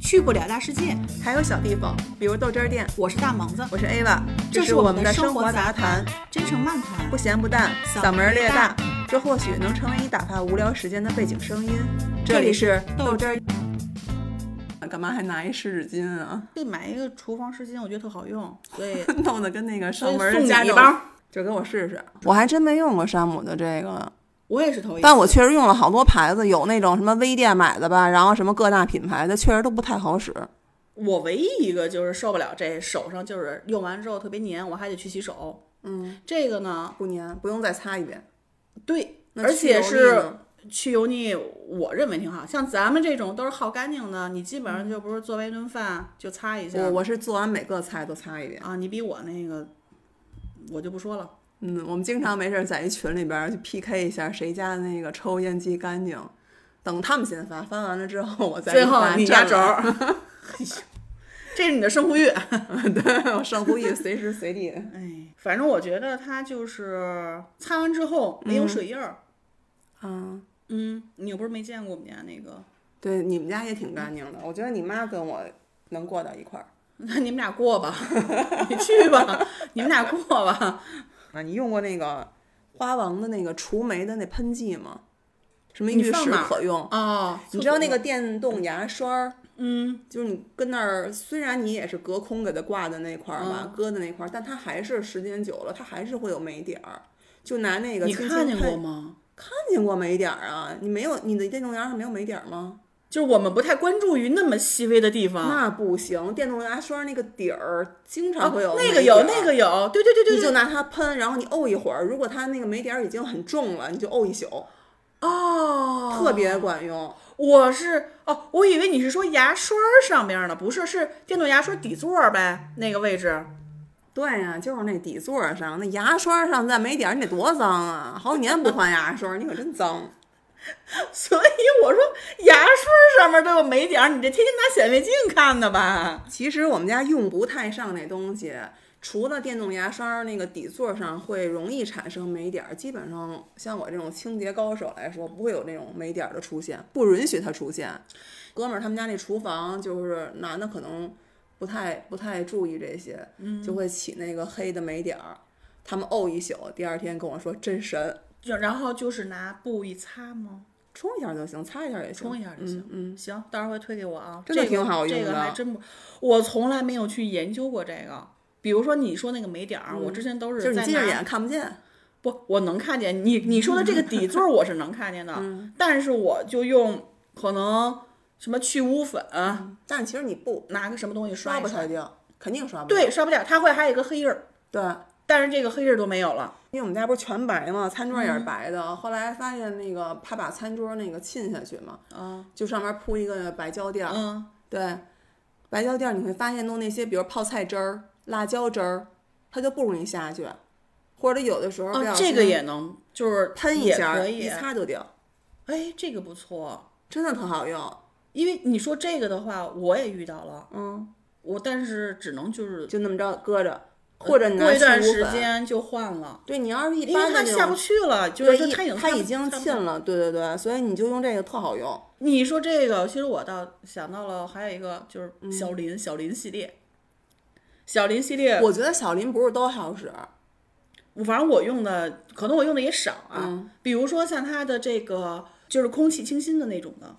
去不了大世界。还有小地方，比如豆汁儿店。我是大萌子，我是 Ava，这是我们的生活杂谈，真诚漫谈，不咸不淡，嗓嗓门儿略门儿大，这或许能成为你打发无聊时间的背景声音。这里是豆汁儿。干嘛还拿一湿纸巾啊？ 就买一个厨房湿巾，我觉得特好用，所 以弄得跟那个所以上门送儿你家一长包，就给我试试。我还真没用过山姆的这个，我也是头一次。但我确实用了好多牌子，有那种什么微店买的吧，然后什么各大品牌的，确实都不太好使。我唯一一个就是受不了这手上就是用完之后特别粘，我还得去洗手。嗯，这个呢，不粘，不用再擦一遍。对，那而去且油腻是呢去油腻，我认为挺好。像咱们这种都是好干净的，你基本上就不是做完一顿饭就擦一下。我我是做完每个菜都擦一遍。啊，你比我那个，我就不说了。嗯，我们经常没事儿在一群里边儿去 PK 一下谁家的那个抽油烟机干净，等他们先发，发完了之后我再最后发你占压轴了，儿， 哎这是你的生活欲。对， 我上故意随时随 地。哎，反正我觉得它就是擦完之后没有水印儿。嗯，嗯，你又不是没见过我们家那个， 对，你们家也挺干净的，我觉得你妈跟我能过到一块儿。那你们俩过 吧，你去吧，你们俩过吧。啊，你用过那个花王的那个除霉的那喷剂吗？什么你浴放室哪儿可用？哦，你知道那个电动牙刷儿，嗯，就是你跟那儿，虽然你也是隔空给它挂的那块儿吧，嗯搁的那块儿，但它还是时间久了，它还是会有霉点儿。就拿那个你轻轻看见拍过吗？看见过霉点儿啊？你没有你的电动牙刷没有霉点儿吗？就是我们不太关注于那么细微的地方。那不行，电动牙刷那个底儿经啊常会有、那个有，那。个有，对对对对你对。就拿它喷，然后你沤一会儿，如果它那个霉点儿已经很重了，你就沤一宿，哦，特别管用。我是哦，我以为你是说牙刷上面呢，不是，是电动牙刷底座儿呗，那个位置。对呀、就是那底座儿上那牙刷上再霉点儿，你得多脏啊！好几年不换牙刷，你可真脏。所以我说牙刷上面都有霉点儿，你这天天拿显微镜看的吧？其实我们家用不太上那东西，除了电动牙刷那个底座上会容易产生霉点儿，基本上像我这种清洁高手来说，不会有那种霉点儿的出现，不允许它出现。哥们儿他们家那厨房就是男的可能不太不太注意这些，就会起那个黑的霉点儿。他们沤一宿，第二天跟我说真神，就然后就是拿布一擦吗？冲一下就行，擦一下也行，冲一下就行。嗯，行，到时候回推给我啊。真的这个挺好用这个的还真不，我从来没有去研究过这个。比如说你说那个霉点儿，我之前都就是是你在近着拿眼看不见。不，我能看见你你说的这个底座儿我是能看见的，但是我就用可能什么去污粉，但其实你不拿个什么东西刷刷不一刷，太掉，肯定刷不掉。对，刷不掉，它会还有一个黑印儿，对，但是这个黑印儿都没有了。因为我们家不是全白嘛，餐桌嗯也是白的。后来发现那个他把餐桌那个沁下去嘛，啊，就上面铺一个白胶垫儿。嗯，对，白胶垫儿你会发现弄那些，比如泡菜汁儿、辣椒汁儿，它就不容易下去，或者有的时候不小啊，心这个也能，就是喷一也下儿，可一以。擦就掉，哎，这个不错，真的特好用。因为你说这个的话，我也遇到了，嗯，我但是只能就是就那么着搁着，或者你拿过一段去污时粉间就换了，对你要是一因为般的它那下不种，去了，就对是一它已经它擦已不经擦不沁了，对对对，所以你就用这个特好用。你说这个，其实我倒想到了，还有一个就是嗯小林、小林系列，小林系列，我觉得小林不是都好使，我反正我用的，可能我用的也少啊。嗯比如说像它的这个，就是空气清新的那种的。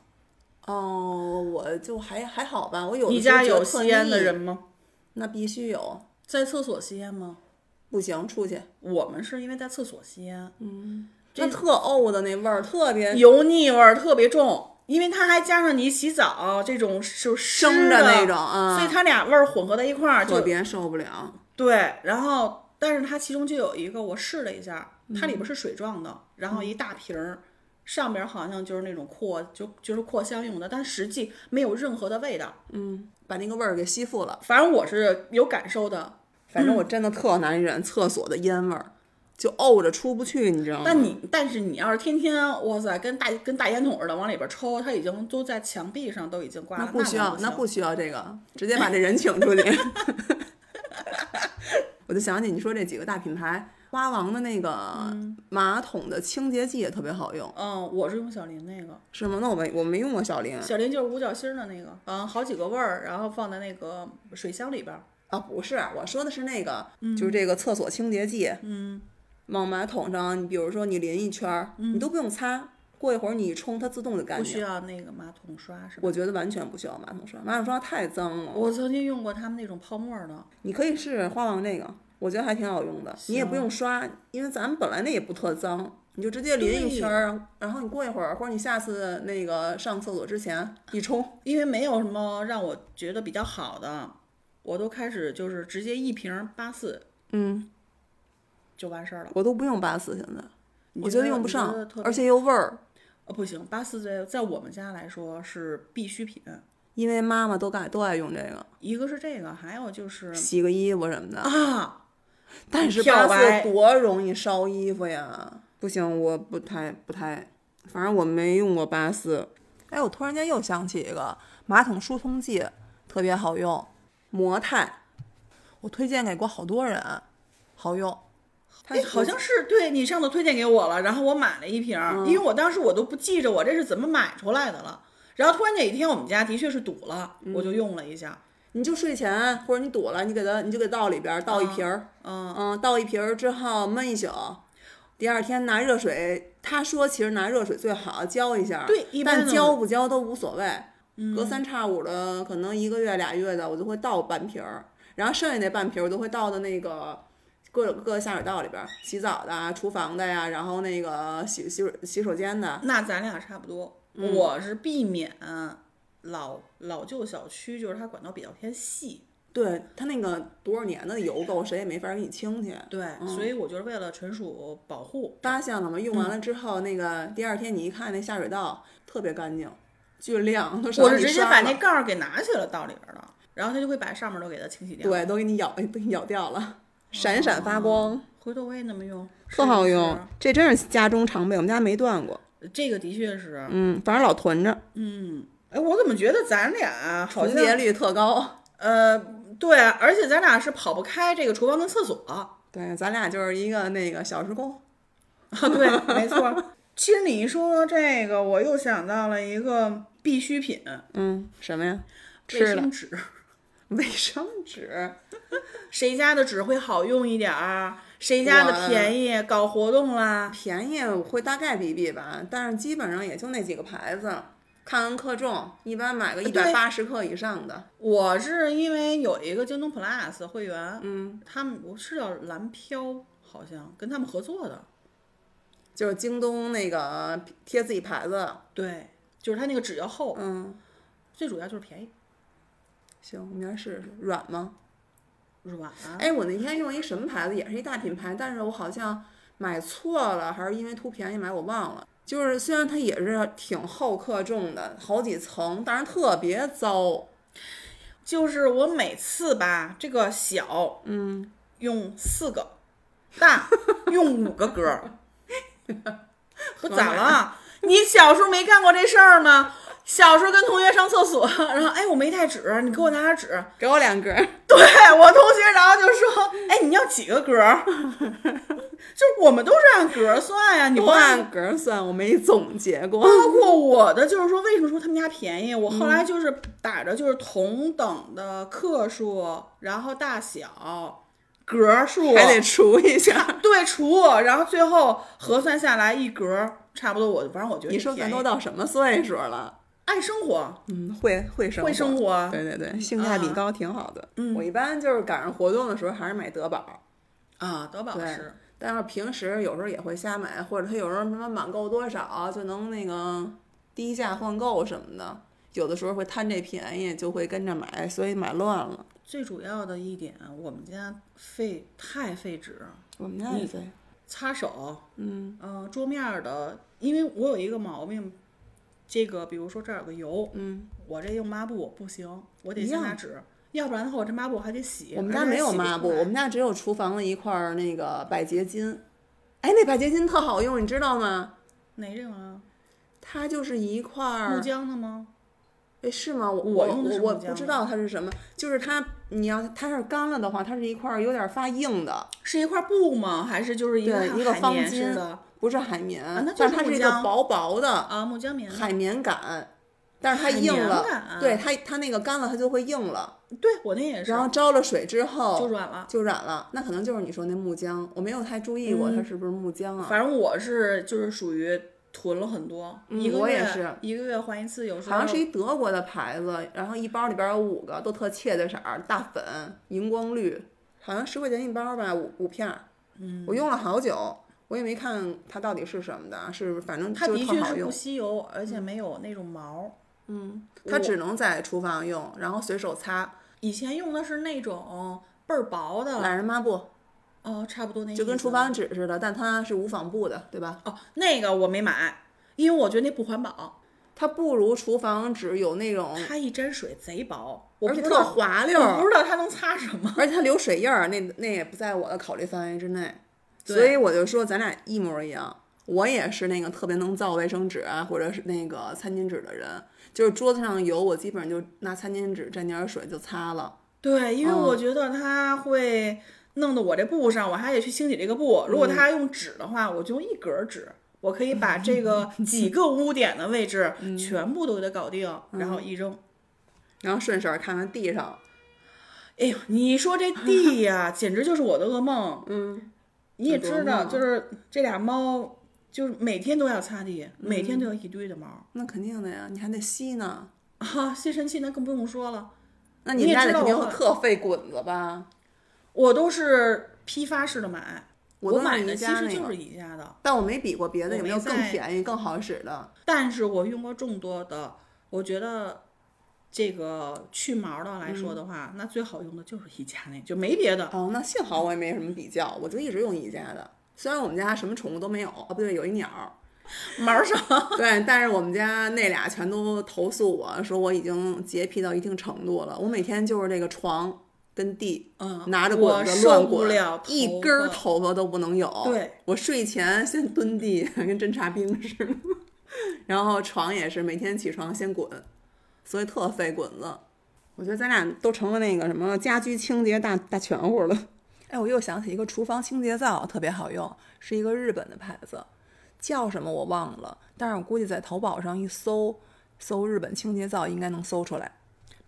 哦，我就还还好吧，我有的你时候家觉有得特吸烟的腻，人吗？那必须有，在厕所吸烟吗？不行出去，我们是因为在厕所吸烟，那特呕的那味儿特别油腻味儿特别重，因为它还加上你洗澡这种就生的那种，所以啊，它俩味儿混合在一块儿，就特别受不了。对，然后但是它其中就有一个我试了一下，嗯它里边是水状的，然后一大瓶儿，上边好像就是那种扩就就是扩香用的，但实际没有任何的味道。嗯，把那个味儿给吸附了。嗯反正我是有感受的。反正我真的特难忍厕所的烟味儿，就呕着出不去，你知道吗？但你但是你要是天天哇塞跟大跟大烟筒似的往里边抽，它已经都在墙壁上都已经挂了那那，不需要，那不行不需要这个，直接把这人请出去。 我就想起你说这几个大品牌，花王的那个马桶的清洁剂也特别好用，嗯，我是用小林那个，是吗？那我没我没用过小林小林就是五角星的那个，嗯，好几个味儿，然后放在那个水箱里边儿。啊，不是，我说的是那个，嗯就是这个厕所清洁剂，嗯，往马桶上，你比如说你淋一圈儿，你都不用擦，过一会儿你一冲，它自动就干嗯不需净。要那个马桶刷是吧？我觉得完全不需要马桶刷，马桶刷太脏了。我曾经用过他们那种泡沫的，你可以试试花王那个，我觉得还挺好用的。你也不用刷，因为咱们本来那也不特脏，你就直接淋一圈儿，然后你过一会儿，或者你下次那个上厕所之前一冲，因为没有什么让我觉得比较好的，我都开始就是直接一瓶八四嗯，就完事儿了。我都不用八四现在，你我觉得用不你上得特，别而且又味儿，呃不行，八四在在我们家来说是必需品。因为妈妈都爱都爱用这个。一个是这个，还有就是洗个衣服什么的。啊，但是漂八白四多容易烧衣服呀！不行，我不太不太，反正我没用过八四。哎，我突然间又想起一个马桶疏通剂，特别好用，摩泰，我推荐给过好多人，好用。它哎，好像是对你上次推荐给我了，然后我买了一瓶儿，嗯因为我当时我都不记着我这是怎么买出来的了。然后突然哪天我们家的确是堵了，嗯我就用了一下。你就睡前或者你堵了，你给它你就给倒里边儿倒一瓶儿，嗯倒一瓶儿之后焖一宿，第二天拿热水，他说其实拿热水最好浇一下，对一般但的浇不浇都无所谓，隔三差五的可能一个月俩月的我就会倒半瓶儿，然后剩下那半瓶儿我都会倒到那个。各种各个下水道里边儿，洗澡的啊、厨房的呀、然后那个洗洗手洗手间的，那咱俩差不多，嗯我是避免老老旧小区，就是它管道比较偏细，对它那个多少年的油垢，谁也没法儿给你清去。对，所以我就是为了纯属保护。发现了吗？用完了之后，那个第二天你一看，那下水道特别干净，巨亮，都我是直你接刷把了那盖儿给拿去了，倒里边儿了，然后它就会把上面都给它清洗掉。对都给你咬，哎都给你咬掉了， 闪闪发光，回头我也那么用，特好试一试用。这真是家中常备，我们家没断过。这个的确是，嗯，反正老囤着，哎，我怎么觉得咱俩好重像叠率特高。呃，对，而且咱俩是跑不开这个厨房跟厕所。 对，咱俩就是一个那个小时工。啊，对，没错。其实你一说这个，我又想到了一个必需品——嗯，什么呀？卫吃的生纸。 卫生 纸，谁家的纸会好用一点儿？谁家的便宜？搞活动啦？啊便宜我会大概比比吧，但是基本上也就那几个牌子，看看克重，一般买个一百八十克以上的。我是因为有一个京东 Plus 会员，嗯，他们我是叫蓝飘，好像跟他们合作的。就是京东那个贴自己牌子。对，就是它那个纸要厚，嗯，最主要就是便宜，行，我明儿试试，软吗？软。啊哎，我那天用一什么牌子，也是一大品牌，但是我好像买错了，还是因为图便宜买，我忘了。就是虽然它也是挺厚克重的，好几层，但是特别糟。就是我每次吧，这个小，嗯，用四个， 大用五个格 儿，不咋了。你小时候没干过这事儿吗？小时候跟同学上厕所，然后哎，我没带纸，你给我拿点纸。给我两格，对我同学，然后就说，哎，你要几个格儿？ 就是我们都是按格儿算呀，你不不按按格儿算，我没总结过。包括我的，就是说，为什么说他们家便宜？我后嗯来就是打着就是同等的克数，然后大小、格数，还得除一下，对除，然后最后核算下来一格差不多我。反正我觉得 你说咱便宜都到什么岁数了？爱生活，嗯，会会生会生活，对对对，性价比啊高，挺好的。嗯，我一般就是赶上活动的时候，还是买德宝。啊，德宝对是，但是平时有时候也会瞎买，或者他有时候什么满购多少就能那个低价换购什么的，有的时候会贪这便宜就会跟着买，所以买乱了。最主要的一点，我们家费太费纸了，我们家嗯也是，擦手，嗯呃，桌面儿的，因为我有一个毛病，这个比如说这儿有个油，嗯，我这用抹布不行，我得一先样拿纸，要不然的话我这抹布还得洗。我们而且家还没有洗不抹布，出来我们家只有厨房的一块儿那个百洁巾。哎，那百洁巾特好用，你知道吗？哪种啊？它就是一块木儿浆的吗？哎，是吗？我我我用的我是我木不浆知道它是什么，就是它，你要它要是干了的话，它是一块儿有点发硬的，是一块布吗？还是就是一个对像一个海方绵似巾的不是海绵，啊那就但是它木是一浆个薄薄的啊？木浆棉的。海绵感，但是海它硬绵了，感啊对它它那个干了它就会硬了，对我那也是，然后招了水之后就软了。就软了，那可能就是你说那木浆，我没有太注意过它是不是木浆啊，嗯反正我是就是属于囤了很多，嗯一个月我也是一个月换一次，有时好候像是一德国的牌子，然后一包里边有五个，都特切的色儿，大粉、荧光绿，好像十块钱一包吧，五五片儿。嗯，我用了好久，我也没看它到底是什么的，是反正它就的特确好是用不。吸油，而且没有那种毛。嗯，它只能在厨房用，然后随手擦，以前用的是那种倍儿薄的，懒人抹布哦，差不多那意思就跟厨房纸似的，但它是无纺布的，对吧？哦，那个我没买，因为我觉得那不环保，它不如厨房纸有那种，它一沾水贼薄， 我嗯而不且知特道，滑溜我儿不，知道它能擦什么。而且它流水印儿，那那也不在我的考虑范围之内，对所以我就说咱俩一模一样。我也是那个特别能造卫生纸啊，或者是那个餐巾纸的人，就是桌子上有，我基本上就拿餐巾纸沾点儿水就擦了。对，因为嗯我觉得它会弄到我这布上，我还得去清洗这个嗯布。如果它用纸的话，我就用一格儿纸，我可以把这 个几个污点的位置嗯全部都给它搞定，然后一扔。然后顺手看看地上，哎呦，你说这地呀、 简直就是我的噩梦。嗯，你也有多知道，梦啊就是这俩猫，就是每天都要擦地，每嗯天都有一堆的毛。那肯定的呀，你还得吸呢。啊，吸尘器那更不用说了，那你你也们家知得道肯定我特费滚子吧？我都是批发式的买，都买你的其家实那就个，是宜家的。但我没比过别的我有没没有更在便宜、更好使的。但是我用过众多的，我觉得这个去毛的来嗯说的话，那最好用的就是宜家那，就没别的。哦，那幸好我也没什么比较，我就一直用宜家的。虽然我们家什么宠物都没有，哦不对，有一鸟儿， 毛少，对，但是我们家那俩全都投诉我说我已经洁癖到一定程度了，我每天就是这个床跟地嗯， 拿着我滚子受乱不滚了，一根儿。头发都不能有。对，我睡前先蹲地，跟侦察兵似的， 然后床也是每天起床先滚，所以特费滚子。我觉得咱俩都成了那个什么家居清洁大大全乎了。哎，我又想起一个厨房清洁皂，特别好用，是一个日本的牌子，叫什么我忘了，但是我估计在淘宝上一搜，搜日本清洁皂应该能搜出来。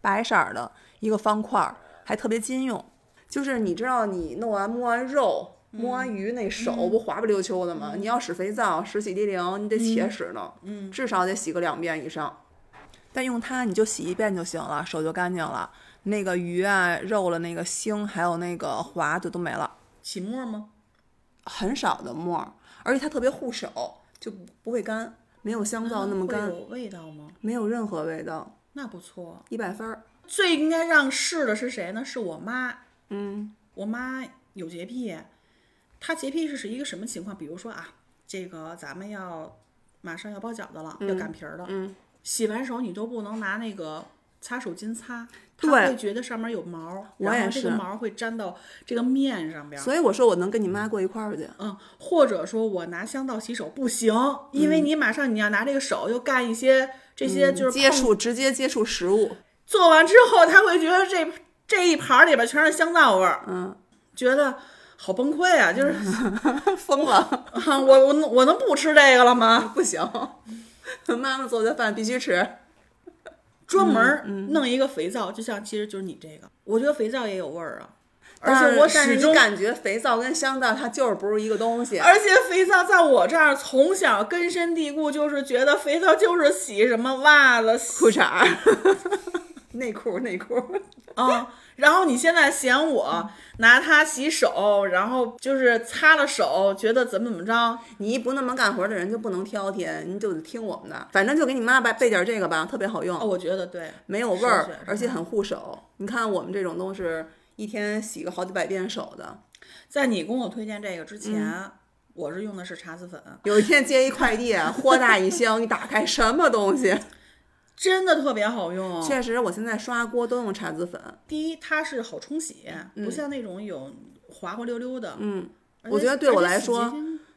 白色儿的一个方块儿，还特别经用。就是你知道，你弄完摸完肉、嗯摸完鱼，那手不滑不溜秋的吗？你要使肥皂、使洗涤灵，你得且使呢，嗯，至少得洗个两遍以上。但用它你就洗一遍就行了，手就干净了。那个鱼啊、肉了那个腥，还有那个滑就都没了，起沫吗？很少的沫儿，而且它特别护手，就不不会干，没有香皂那么啊会干，有味道吗？没有任何味道，那不错。一百分儿。最应该让试的是谁呢？是我妈。嗯，我妈有洁癖，她洁癖是是一个什么情况？比如说啊，这个咱们要马上要包饺子了，要擀皮儿了，嗯洗完手你都不能拿那个擦手巾擦，她对会觉得上面有毛，我然后也这个是毛会粘到这个面上边儿。所以我说我能跟你妈过一块儿去。嗯，或者说我拿香皂洗手不行，因嗯为你马上你要拿这个手又干一些这些就是接碰触直接接触食物，做完之后，他会觉得这这一盘儿里边全是香皂味儿，嗯，觉得好崩溃啊！就是 疯了，啊，我我能我能不吃这个了吗？不行， 妈妈做的饭必须吃。专门儿嗯弄一个肥皂，就像其实就是你这个，我觉得肥皂也有味儿啊，而但且是我但是始你终，感觉肥皂跟香皂它就是不是一个东西。而且肥皂在我这儿从小根深蒂固，就是觉得肥皂就是洗什么袜子洗裤衩儿、 内裤、内裤，嗯啊。 然后你现在嫌我拿它洗手，然后就是擦了手，觉得怎么怎么着，你不那么干活的人就不能挑剔，你就得听我们的。反正就给你妈备备点这个吧，特别好用。啊，我觉得对，没有味儿是是是，而且很护手。你看我们这种都是一天洗个好几百遍手的。在你跟我推荐这个之前，嗯我是用的是茶籽粉，有一天接一快递，啊豁大一箱，一打开什么东西？真的特别好用。确实，我现在刷锅都用茶籽粉。第一，它是好冲洗，不像那种有滑滑溜溜的。嗯，嗯我觉得对我来说，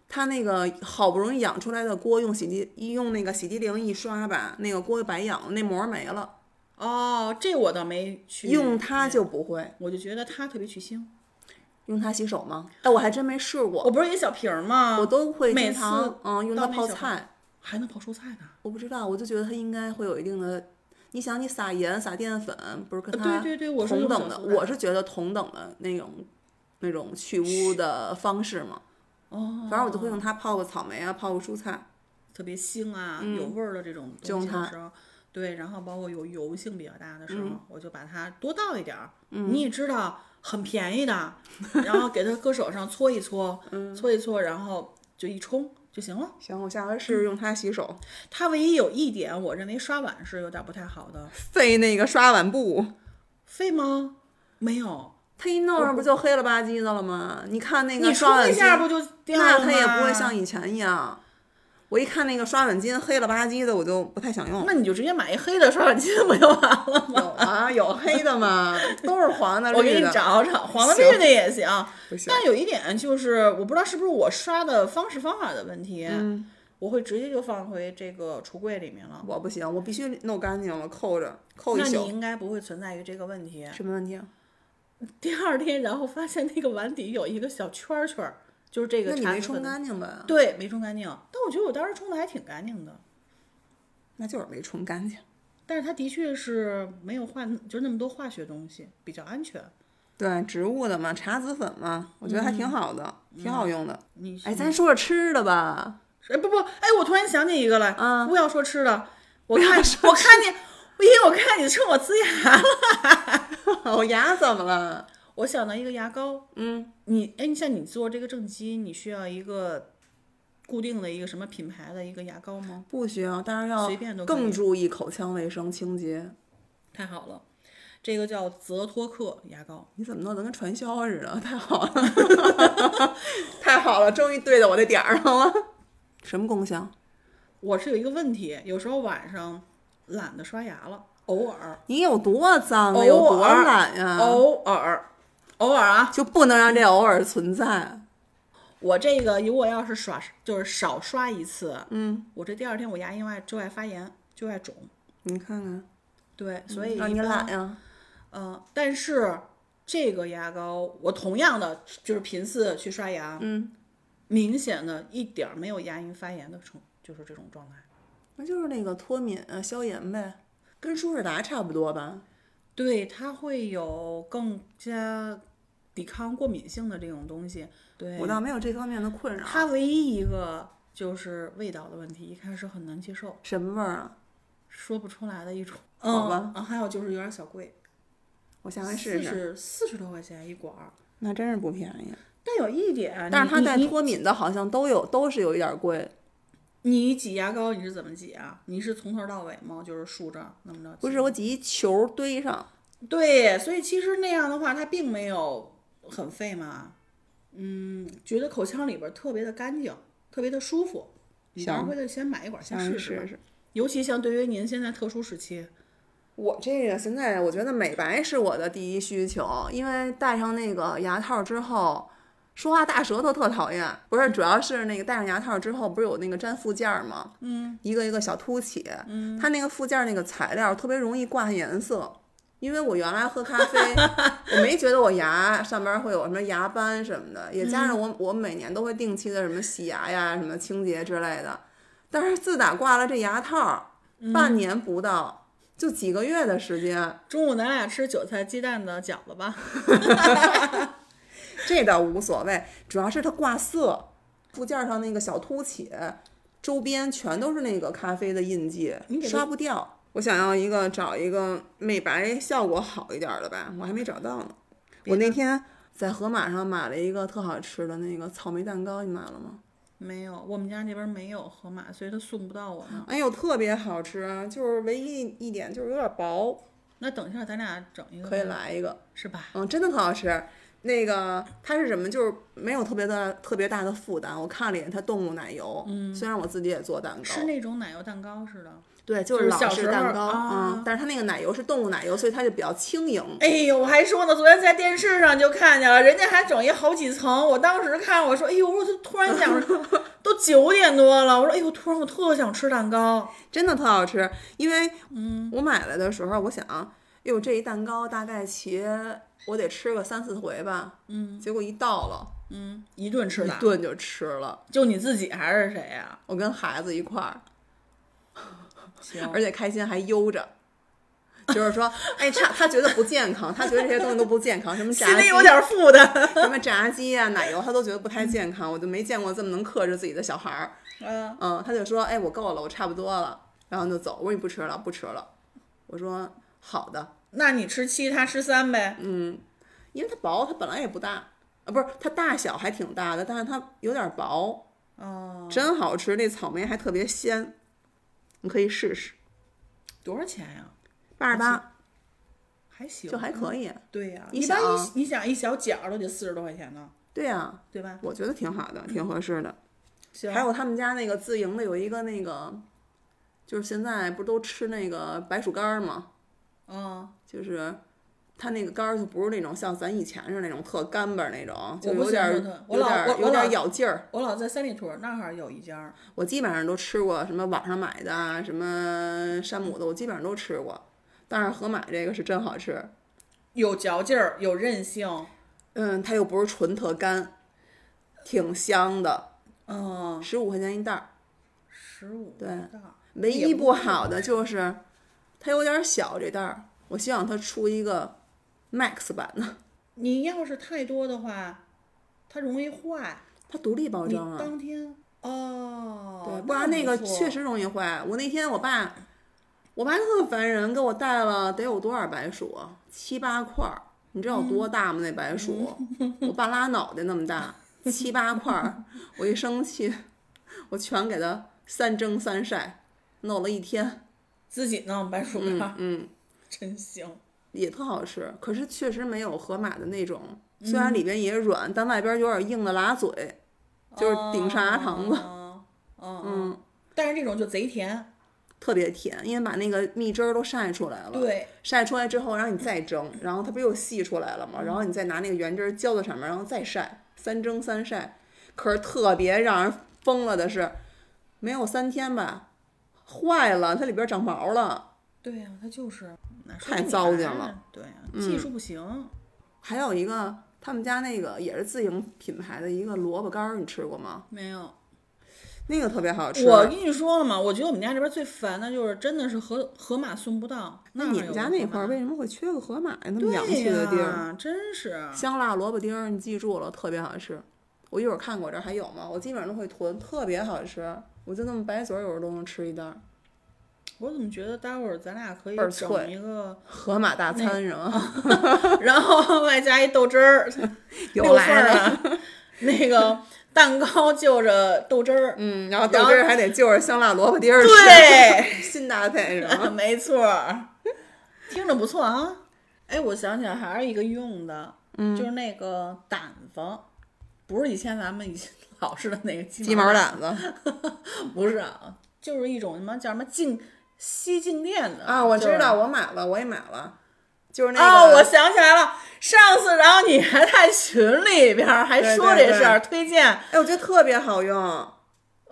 它那个好不容易养出来的锅，用洗涤一用那个洗涤灵一刷吧，那个锅就白养了，那膜没了。哦，这我倒嗯没去用它，就不会。我就觉得它特别去腥。用它洗手吗？哎，我还真没试过，我不是一小瓶儿吗？我都会每经次常嗯用它到那泡小菜。还能泡蔬菜呢。我不知道，我就觉得它应该会有一定的。你想，你撒盐、撒淀粉，不是跟呃它对对对我是同用等小的？苏打我是觉得同等的那种那种去污的方式嘛。哦，反正我就会用它泡个草莓啊，泡个蔬菜。特别腥啊、有嗯味儿的这种就东西用的它时候，对，然后包括有油性比较大的时嗯候，我就把它多倒一点儿。你也知道很便宜的，然后给它搁手上搓一 搓，嗯搓一搓，然后就一冲就行了。行，我下回试试用它洗手， 它唯一有一点，我认为刷碗是有点不太好的，费那个刷碗布。费吗？没有，它一弄上不就黑了吧唧的了吗？你看那个你刷刷碗一巾，下不就掉那了吗？它也不会像以前一样。我一看那个刷碗巾黑了吧唧的，我就不太想用。那你就直接买一黑的刷碗巾 不就完了吗？有啊，有黑的吗？都是黄 的、我给绿你的，找找，黄的绿的也行。不行。但有一点就是，我不知道是不是我刷的方式方法的问题，嗯我会直接就放回这个橱柜里面了。我不行，我必须弄干净了，扣着，扣一那你宿。应该不会存在于这个问题。什么问题啊？第二天，然后发现那个碗底有一个小圈儿圈儿，就是这个那你茶没渍冲啊粉的干净呗？对，没冲干净。但我觉得我当时冲的还挺干净的，那就是没冲干净。但是它的确是没有化，就那么多化学东西，比较安全。对，植物的嘛，茶籽粉嘛，我觉得还挺好的，挺好用的。你嗯哎，咱说说吃的吧。哎不不，哎，我突然想起一个来，嗯不要说吃 的，我看我看你，因为我看你冲我呲牙了， 我牙怎么了？我想到一个牙膏。嗯，你哎，你像你做这个正畸，你需要一个固定的一个什么品牌的一个牙膏吗？不需要，但是要随便都可以更注意口腔卫生清洁。太好了，这个叫泽托克牙膏。你怎么弄得跟传销似的？太好了， 太好了，终于对到我的点儿上了。什么功效？我是有一个问题，有时候晚上懒得刷牙了，偶尔，你有多脏偶啊？尔有多懒呀、偶尔，偶尔啊，就不能让这偶尔存在。我这个如果要是刷，就是少刷一次，嗯，我这第二天我牙龈外就爱发炎，就爱肿。你看看，对，所以让一你般懒啊呀、嗯，但是这个牙膏，我同样的就是频次去刷牙，嗯，明显的一点儿没有牙龈发炎的成，就是这种状态。那就是那个脱敏啊、消炎呗，跟舒适达差不多吧。对，它会有更加抵抗过敏性的这种东西。对我，倒没有这方面的困扰。它唯一一个就是味道的问题，一开始很难接受，什么味儿啊？说不出来的一种。 好吧嗯，啊还有就是有点小贵，我下回试试。十四十多块钱一管儿。那真是不便宜，但有一点，但是它啊你带你脱敏的，好像都有，都是有一点贵。你挤牙膏你是怎么挤啊？你是从头到尾吗？就是竖着嗯那么着？不是，我挤一球堆上，对，所以其实那样的话，它并没有很费嘛。嗯，觉得口腔里边儿特别的干净，特别的舒服。你到时候回头先买一管儿先下回试试吧。试。尤其像对于您现在特殊时期，我这个现在我觉得美白是我的第一需求，因为戴上那个牙套之后，说话大舌头特讨厌。不是，主要是那个戴上牙套之后，不是有那个粘附件儿吗？嗯，一个一个小凸起。嗯，它那个附件儿那个材料特别容易挂颜色。因为我原来喝咖啡，我没觉得我牙上边儿会有什么牙斑什么的，也加上我我每年都会定期的什么洗牙呀、什么清洁之类的。但是自打挂了这牙套儿，半年不到，就几个月的时间，中午咱俩吃韭菜鸡蛋的饺子吧。这倒无所谓，主要是它挂色，附件上那个小凸起，周边全都是那个咖啡的印记你，给它刷不掉。我想要一个找一个美白效果好一点的吧，我还没找到呢。我那天在盒马上买了一个特好吃的那个草莓蛋糕，你买了吗？没有，我们家那边儿没有盒马，所以他送不到我呢。哎呦，特别好吃，啊就是唯一一点就是有点薄，那等一下咱俩整一个可以吧，来一个。是吧？嗯，真的特好吃。那个它是什么？就是没有特别的特别大的负担。我看了一眼它动物奶油，嗯，虽然我自己也做蛋糕，是那种奶油蛋糕似的，对，就就是是老小式时候蛋糕啊嗯，但是它那个奶油是动物奶油，所以它就比较轻盈。哎呦，我还说呢，昨天在电视上就看见了，人家还整一好几层。我当时看，我说，哎呦，我说突然想， 都九点多了，我说，哎呦，突然我特想吃蛋糕。真的特好吃。因为，嗯，我买来的时候，我想，哎呦，这一蛋糕大概齐，我得吃个三四回吧。嗯，结果一到了，嗯，一顿吃一的，顿就吃了。就你自己还是谁啊呀、我跟孩子一块儿，行，而且开心还悠着。就是说，哎，他他觉得不健康，他觉得这些东西都不健康，什么炸心里鸡有点负 担。什么炸鸡啊、奶油，他都觉得不太健康。我就没见过这么能克制自己的小孩儿。嗯，嗯，他就说，哎，我够了，我差不多了，然后就走。我说你不吃了，不吃了。我说好的，那你吃七，他吃三呗。嗯因为它薄，它本来也不大啊，不是它大小还挺大的，但是它有点薄，哦，真好吃。那草莓还特别鲜，你可以试试，多少钱呀、八十八还行，就还可以。对呀、你一般想一啊你想一小角儿都得四十多块钱呢，对啊，对吧？我觉得挺好的，挺合适的。嗯行还有他们家那个自营的有一个那个，就是现在不都吃那个白薯干儿吗？嗯，就是。它那个干儿就不是那种像咱以前是那种特干巴儿那种，就我不有喜点欢儿它我有老点儿我有我点儿老咬劲儿，我老在三里屯那儿有一家儿，我基本上都吃过什么网上买的啊，什么山姆的，我基本上都吃过。但是盒马这个是真好吃，有嚼劲儿，有韧性。嗯，它又不是纯特干，挺香的，嗯，十五块钱一袋儿。十五对袋儿，唯也一不不好的就是它有点小这袋儿，我希望它出一个 max 版的，你要是太多的话，它容易坏。它独立包你装啊。当天哦，对，不然那个确实容易坏。我那天我爸，我爸特烦人，给我带了得有多少白薯啊？七八块儿，你知道有多大吗？那白薯，嗯我半拉脑袋那么大，七八块儿。我一生气，我全给它三蒸三晒，弄了一天，自己弄白薯干嗯儿，嗯，真行。也特好吃。可是确实没有盒马的那种，虽然里边也软，但外边有点硬的拉嘴，就是顶上牙膛子，哦。嗯嗯，嗯，但是这种就贼甜。特别甜，因为把那个蜜汁儿都晒出来了。对，晒出来之后，然后你再蒸，然后它不又细出来了吗？然后你再拿那个原汁儿浇在上面，然后再晒，三蒸三晒。可是特别让人疯了的是，没有三天吧，坏了，它里边长毛了。对呀、它就是那说太明糟还践是了。嗯对呀、技术不行。还有一个，他们家那个也是自营品牌的一个萝卜干儿，你吃过吗？没有，那个特别好吃。我跟你说了嘛，我觉得我们家这边最烦的就是真的是河河马送不到。那哪你儿们有家河那马块儿为什么会缺个河马呀？那么对洋呀，气的地儿。真是香辣萝卜丁儿，你记住了，特别好吃。我一会儿看我这儿还有吗？我基本上都会囤，特别好吃。我就那么白嘴儿，有时候都能吃一袋儿。我怎么觉得待会儿咱俩可以倍儿整脆一个，河马大餐是啊 吗？然后 外加一豆汁 儿，有六份来儿啊了。的，那个蛋糕就着豆汁儿，嗯，然后豆汁儿还得就着香辣萝卜丁儿吃。 对，新搭配是吗？ 没错儿，听着不错啊。哎，我想起来还是一个用的，嗯就是那个掸子，不是以前咱们以前老式的那个鸡鸡毛毛掸子不是啊，就是一种什么叫什么静吸静电的啊，我就知是道，我买了，我也买了，就是那哦，个。我想起来了，上次然后你还在群里边儿还说对对这事儿推荐，哎，我觉得特别好用。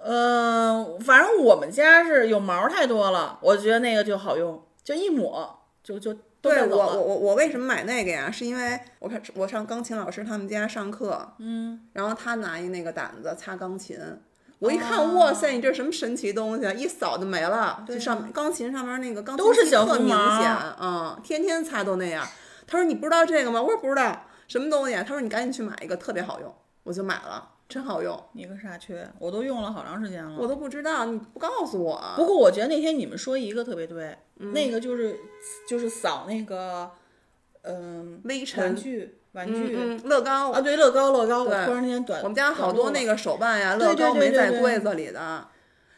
嗯、反正我们家是有毛太多了，我觉得那个就好用，就一抹就就都对带我走我了。我我为什么买那个呀？是因为我看我上钢琴老师他们家上课，嗯，然后他拿一那个掸子擦钢琴，我一哦看，哇塞，你这什么神奇东西啊！一扫就没了，就上钢琴上面那个钢琴都是漆小特红明毛啊显，嗯，天天擦都那样。他说你不知道这个吗？我说不知道，什么东西啊？他说你赶紧去买一个，特别好用，我就买了，真好用，你个傻缺，我都用了好长时间了。我都不知道，你不告诉我，啊不过我觉得那天你们说一个特别对，那个就是就是扫那个嗯、微玩尘，具玩具、嗯嗯，乐高啊，对乐高乐高，我对突然间短我们家好短路多了那个手办呀，对乐对高对没对在对柜子里的，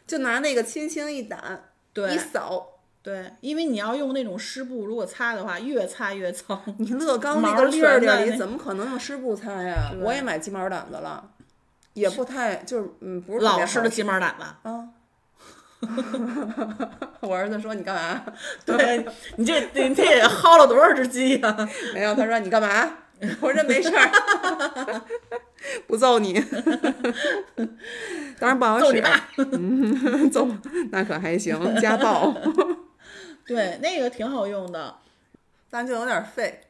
就拿那个轻轻一掸，对一扫，对，因为你要用那种湿布，如果擦的话，越擦越脏。你乐高毛那个全粒儿粒在儿里那怎么可能用湿布擦呀？对我也买鸡毛掸子了，也不太就是嗯不是特别老好式的鸡毛掸子，啊， 我儿子说你干嘛？ 对你这你这也薅了多少只鸡呀、 没有，他说你干嘛？ 我说没事儿， 不揍你。当然不好使，揍你爸！嗯， 揍那可还行，家暴，对，那个挺好用的。 但就有点费，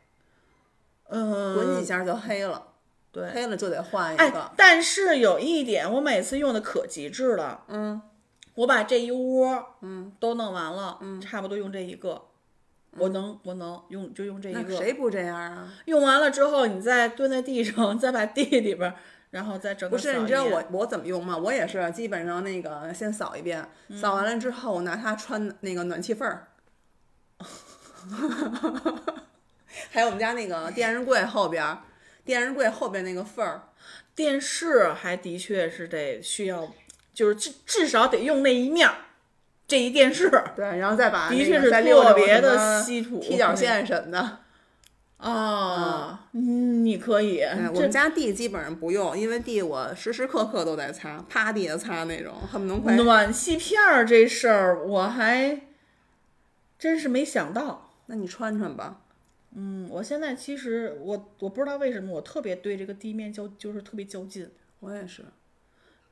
嗯，滚几下就黑了，对。黑了就得换一哎个。，但是有一点，我每次用的可极致了。嗯，我把这一窝，嗯，都弄完了，嗯，差不多用这一个，我能，我能用就用这一嗯那个。谁不这样啊？用完了之后，你再蹲在地上，再把地里边儿，然后再整个不是，扫你知道一遍我我怎么用吗？我也是基本上那个先扫一遍，扫完了之后我拿它穿那个暖气缝儿， 还有我们家那个电视柜后边儿，电视柜后边那个缝儿，电视还的确是得需要，就是至至少得用那一面儿，这一电视对，然后再把的那确个是再溜特溜别什的么稀土踢脚线什么的。啊，嗯，你可以，哎我这们家地基本上不用，因为地我时时刻刻都在擦，趴地下擦那种，恨不能快。暖气片儿这事儿，我还真是没想到。那你穿穿吧，嗯，我现在其实我我不知道为什么我特别对这个地面较就是特别较劲，我也是。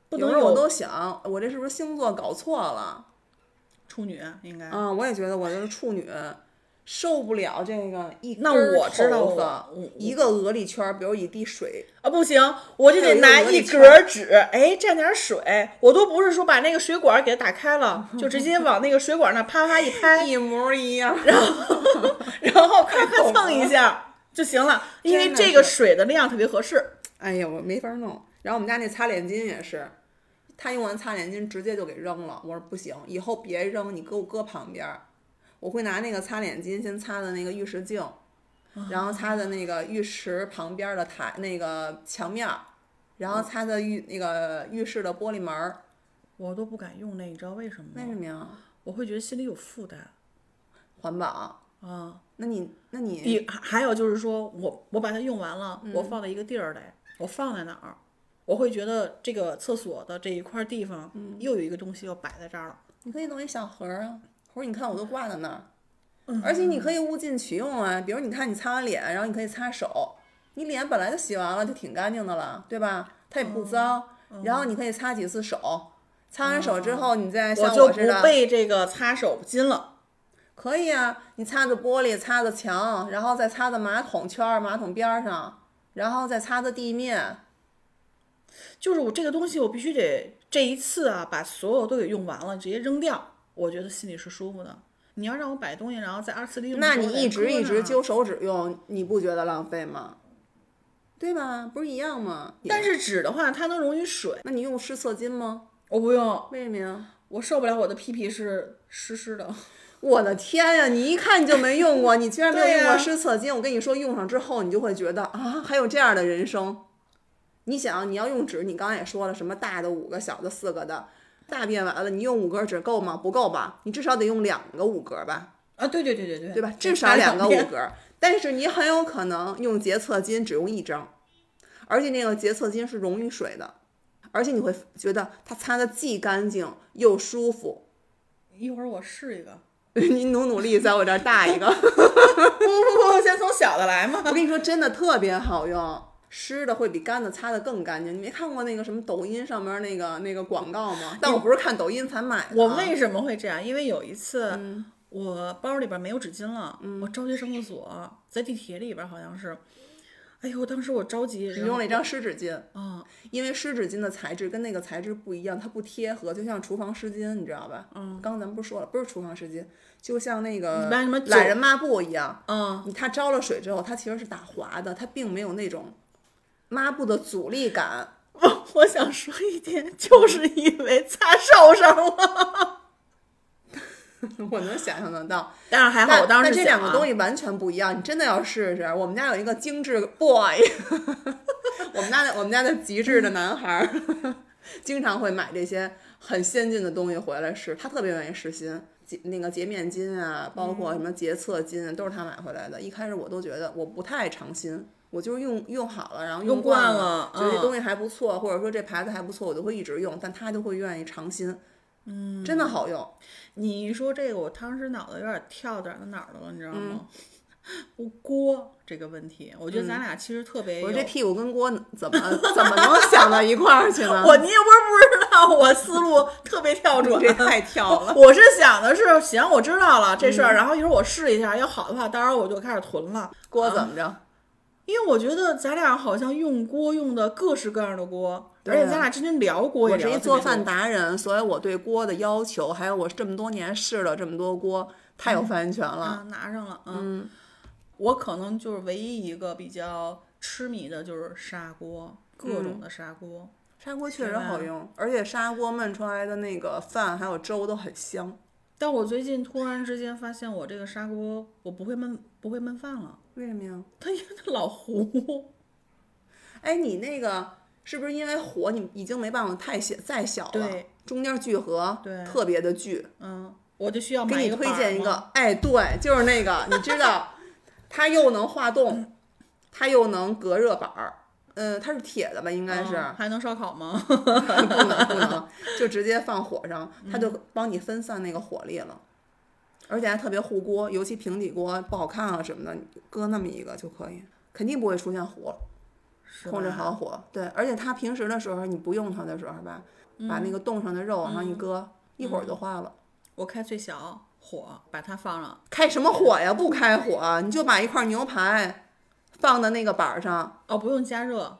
不有能时候我有都想，我这是不是星座搞错了？处女啊应该。啊，我也觉得我就是处女，受不了这个一那根儿我知道头我发我一个鹅里圈儿，比如一滴水，啊，不行，我就还有得一个拿鹅一里格儿纸，哎，蘸点儿水。我都不是说把那个水管儿给它打开了，就直接往那个水管儿那啪啪一拍，一模一样。然后咔咔懂蹭一下就行了，因为真的这个水的量特别合适。哎呀，我没法弄。然后我们家那擦脸巾也是，他用完擦脸巾直接就给扔了。我说不行，以后别扔，你给我搁旁边儿。我会拿那个擦脸巾先擦的那个浴室镜，然后擦的那个浴池旁边的台那个墙面儿，然后擦的浴那个浴室的玻璃门儿。我都不敢用那，你知道为什么为吗？什么呀？我会觉得心里有负担环保。啊。那你那你一还还有就是说我我把它用完了，我嗯放在一个地儿里，我放在哪儿，我会觉得这个厕所的这一块地方嗯又有一个东西要摆在这儿了。你可以弄一小盒儿啊，或者你看我都挂在那儿。嗯而且你可以物尽其用啊，比如你看你擦完脸，然后你可以擦手，你脸本来就洗完了，就挺干净的了，对吧？它也哦不脏。然嗯后你可以擦几次手，擦完手之后，你再像哦就似不的，被这个擦手巾了。可以啊，你擦的玻璃，擦的墙，然后再擦的马桶圈儿、马桶边儿上，然后再擦的地面。哎就是我这个东西，我必须得这一次啊，把所有都给用完了，直接扔掉，我觉得心里是舒服的。你要让我摆东西，然后再二次利用的那时候你我得搁那儿，一直一啊直揪手指用，你不觉得浪费吗？对吧？不是一样吗？也但是纸的话，它能溶于水，那你用湿厕巾吗？我不用，为什么呀？我受不了我的屁屁是湿湿的。我的天呀！你一看就没用过，你居然没有用对过呀湿厕巾。我跟你说，用上之后，你就会觉得啊，还有这样的人生。你想，你要用纸，你刚才也说了，什么大的五个，小的四个的，大便完了，你用五根纸够吗？不够吧？你至少得用两个五格吧，啊，对对对对对，对吧？这至少两个边五格。但是你很有可能用洁厕巾只用一张，而且那个洁厕巾是溶于水的，而且你会觉得它擦的既干净又舒服。一会儿我试一个。 你努努力，在我这儿大一个。不不不，先从小的来嘛。 我跟你说，真的特别好用，湿的会比干的擦的更干净。你没看过那个什么抖音上面那个那个广告吗？但我不是看抖音才买的啊。我为什么会这样？因为有一次，嗯我包里边没有纸巾了，我着急上厕所，在地铁里边好像是，哎呦，当时我着急，你然后用了一张湿纸巾，啊，因为湿纸巾的材质跟那个材质不一样，它不贴合，就像厨房湿巾，你知道吧？嗯，刚刚咱们不是说了，不是厨房湿巾，就像那个你把什么酒懒人抹布一样，嗯，你它着了水之后，它其实是打滑的，它并没有那种抹布的阻力感。 我 我想说一点，就是因为擦手上 了。我能想象得到，但是还好，那我当时啊那这两个东西，西完全不一样，你真的要试试。我们家有一个精致 boy，我们家的我们家的极致的男孩儿， 经常会买这些很先进的东西回来试，他特别愿意试新。洁那个洁面巾啊，包嗯括什么洁厕巾，啊都是他买回来的。一开始我都觉得我不太常新，我就是用用好了，然后用惯惯了了，觉得这嗯东西还不错，或者说这牌子还不错，我就会一直用。但他就会愿意尝新，嗯，真的好用。你一说这个，我当时脑子有点跳哪儿到哪儿了，你知道吗？我锅这个问题，我觉得咱俩其实特别有。嗯我这屁股跟锅怎么怎么能想到一块儿去 呢？我你又不是不知道，我思路特别跳转。 这太跳了。我是想的是，行，我知道了这嗯事儿，然后一会儿我试一下，要好的话，当然我就开始囤了。 啊锅怎么着？因为我觉得咱俩好像用锅用的各式各样的锅，而对啊且咱俩之前聊锅也我聊是一得特别做饭多达人，所以我对锅的要求，还有我这么多年试了这么多锅，太有发言权了。啊，拿上了，嗯，我可能就是唯一一个比较痴迷的就是砂锅，各嗯种的砂锅，砂锅确实好用，而且砂锅焖出来的那个饭还有粥都很香。但我最近突然之间发现，我这个砂锅我不会焖，不会焖饭了，为什么呀？它因为它老糊。哎，你那个是不是因为火你已经没办法太小再小了？对，中间聚合，对特别的聚。嗯，我就需要给买你个推板儿荐一吗，个，哎，对，就是那个，你知道，它又能化冻，它又能隔热板儿，嗯，它是铁的吧？应该是，嗯还能烧烤吗？ 不能不能，就直接放火上，它嗯就帮你分散那个火力了，而且还特别护锅，尤其平底锅不好看啊什么的，你搁那么一个就可以，肯定不会出现火，是控制吧好火。对，而且它平时的时候你不用它的时候吧，嗯把那个冻上的肉往上一搁，一会儿就化了。我开最小火，把它放上，开什么火呀？不开火，你就把一块牛排放到那个板儿上，哦，不用加热。啊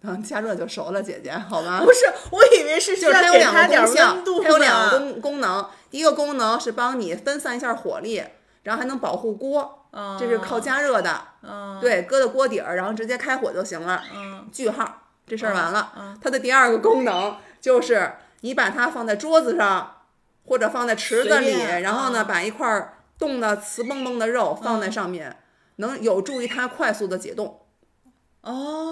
然后加热就熟了，姐姐，好吗？ 不是，我以为是需就是要它有给两个点功儿效温度，它有两个呢功功能。第一个功能是帮你分散一下火力，然后还能保护锅，嗯这是靠加热的。嗯对，搁到锅底儿，然后直接开火就行了。嗯句号，这事儿完了。嗯它的第二个功能就是你把它放在桌子上，或者放在池子随里，便然后呢，嗯把一块儿冻得瓷蹦蹦的肉放在上面，能有助于它快速的解冻，嗯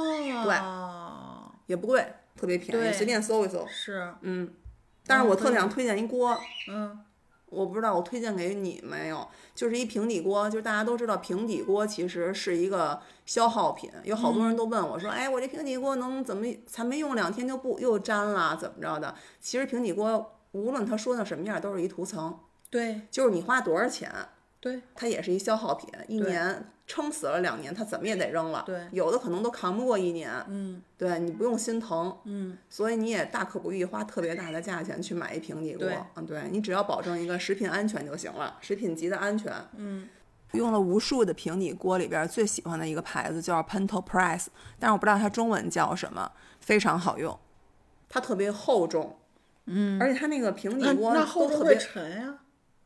哦，也不贵，特别便对宜，随便搜一搜。是，嗯，但是嗯我可特以想推荐一锅。嗯我不知道我推荐给你没有，就是一平底锅，就是大家都知道平底锅其实是一个消耗品，有好嗯多人都问我说，哎，我这平底锅能怎么才没用两天就不又粘了，怎么着的？其实平底锅无论它说成什么样，都是一涂层，，对就是你花多少钱，对，它也是一消耗品，一对年撑死了两年，它怎么也得扔了，对有的可能都扛不过一年，嗯对你不用心疼，嗯，所以你也大可不必花特别大的价钱去买一平底锅对，嗯，对你只要保证一个食品安全就行了，食品级的安全。嗯，用了无数的平底锅里边最喜欢的一个牌子叫 Pento Press，但是我不知道它中文叫什么，非常好用，它特别厚重，嗯，而且它那个平底那锅那后都边特会别沉呀，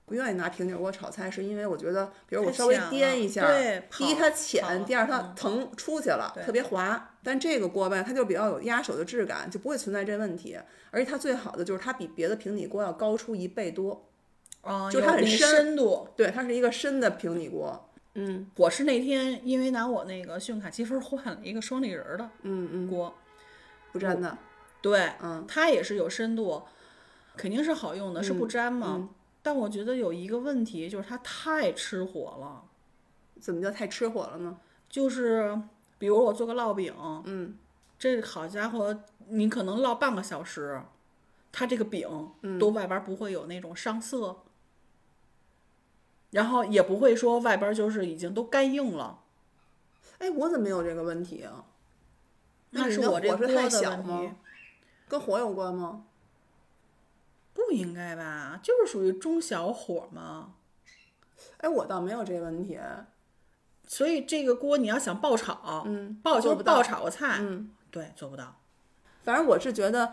不愿意拿平底锅炒菜，是因为我觉得，比如我太稍微浅了颠一下，对第一跑它跑浅，第二嗯它腾出去了，特别滑。但这个锅吧，它就比较有压手的质感，就不会存在这问题。而且它最好的就是它比别的平底锅要高出一倍多，哦，就是有它很那个深深度。对，它是一个深的平底锅。嗯我是那天因为拿我那个信用卡积分换了一个双立人儿的嗯嗯，锅，不粘的，对，嗯，它也是有深度，肯定是好用的，是不粘嘛。嗯但我觉得有一个问题就是它太吃火了，怎么叫太吃火了呢？就是比如我做个烙饼，嗯这好家伙，你可能烙半个小时，它这个饼嗯都外边不会有那种上色，然后也不会说外边就是已经都干硬了。哎，我怎么没有这个问题啊？那那你是的我这火锅是的太小问题吗，？跟火有关吗？不应该吧？就是属于中小火嘛。哎，我倒没有这问题。所以这个锅你要想爆炒，嗯爆做就不是到爆炒个菜，嗯，对，做不到。反正我是觉得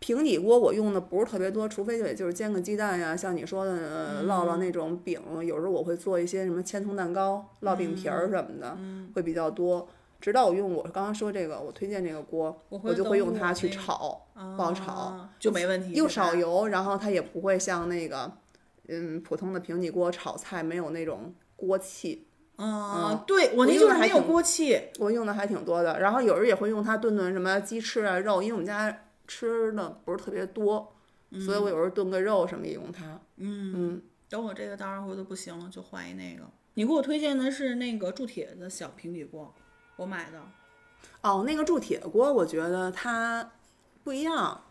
平底锅我用的不是特别多，除非就也就是煎个鸡蛋呀，像你说的呃烙嗯烙那种饼，有时候我会做一些什么千层蛋糕、烙饼皮嗯儿什么的，会比较多。直到我用我刚刚说这个，我推荐这个锅，我我会就会用用它我去那个炒，爆炒，啊就没问题，又对吧少油，然后它也不会像那个嗯普通的平底锅炒菜没有那种锅气。啊，对我嗯我那用就是的还没有挺锅气，我用的还挺多的，然后有时候也会用它炖炖什么鸡翅啊肉，因为我们家吃的不是特别多，所以嗯我有时候炖个肉什么也用它。嗯等我这个当然回头不行了，就换一那个。你给我推荐的是那个铸铁的小平底锅，我买的。哦，那个铸铁锅我觉得它不一样，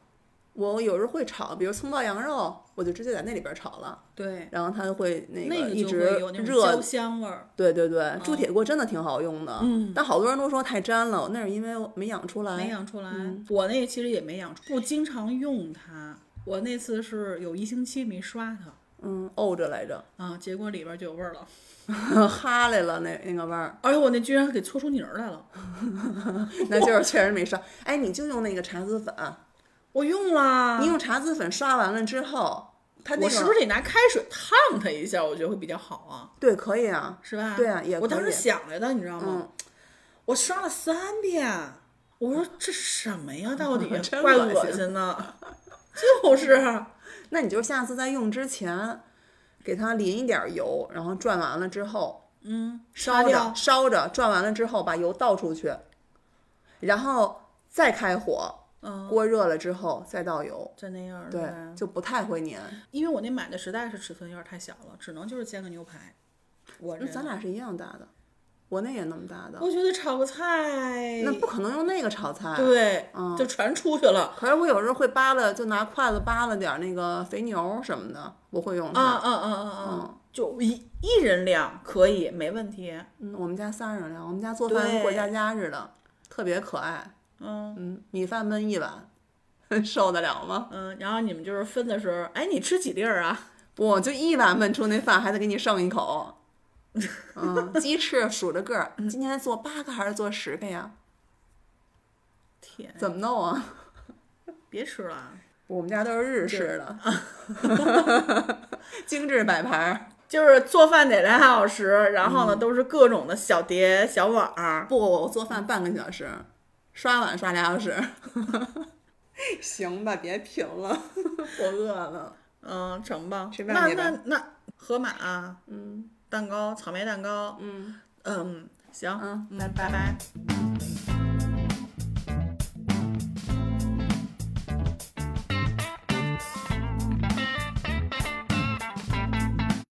我有时候会炒，比如葱爆羊肉，我就直接在那里边炒了，对，然后它就会那那一个就直会有那种热焦香味儿。对对对，铸铁锅真的挺好用的，嗯但好多人都说太粘了，那是因为我没养出没来。养出来，我那其实也没养出，不经常用它。我那次是有一星期没刷它嗯，沤着来着， 啊，结果里边就有味儿了，哈来了那那个味儿，而且我那居然给搓出泥儿来了。 那就是确实没刷。哎，你就用那个茶籽粉，我用啦，你用茶籽粉刷完了之后，它那我个是不是得拿开水烫它一下？我觉得会比较好啊，对可以啊，是吧？对啊也我当可时以嗯想来的，你知道吗？我刷了三遍，我说这什么呀？到底 真怪恶心嗯恶心 的，就是那你就下次在用之前，给它淋一点儿油，然后转完了之后嗯，烧刷掉着烧着，转完了之后把油倒出去，然后再开火，嗯，锅热了之后再倒油，就那样儿对是吧，就不太会粘。因为我那买的实在是尺寸有点太小了，只能就是煎个牛排。我那咱俩是一样大的，我那也那么大的，我觉得炒个菜，那不嗯可能用那个炒菜。对，就传出去了。可是我有时候会扒拉，就拿筷子扒拉点儿那个肥牛什么的，我会用啊它。啊啊啊啊！就一一人量可以，没问题。嗯，我们家仨人量，我们家做饭跟过家家似的，特别可爱。嗯嗯，米饭焖一碗， 受得了吗？嗯，然后你们就是分的时候，哎，你吃几粒儿啊？不，就一碗焖出那饭，还得给你剩一口。嗯，鸡翅数着个儿，今天做八个还是做十个呀？天，怎么弄啊？别吃了，啊我们家都是日式的， 精致摆盘儿。就是做饭得俩小时，然嗯后呢都是各种的小碟小碗儿。不，我做饭半个小时，刷碗刷俩小时。 行吧，别贫了， 我饿了。嗯，成吧。吃那饭去吧那那河马啊、嗯蛋糕、草莓蛋糕，嗯嗯，行，嗯，嗯，拜拜。拜拜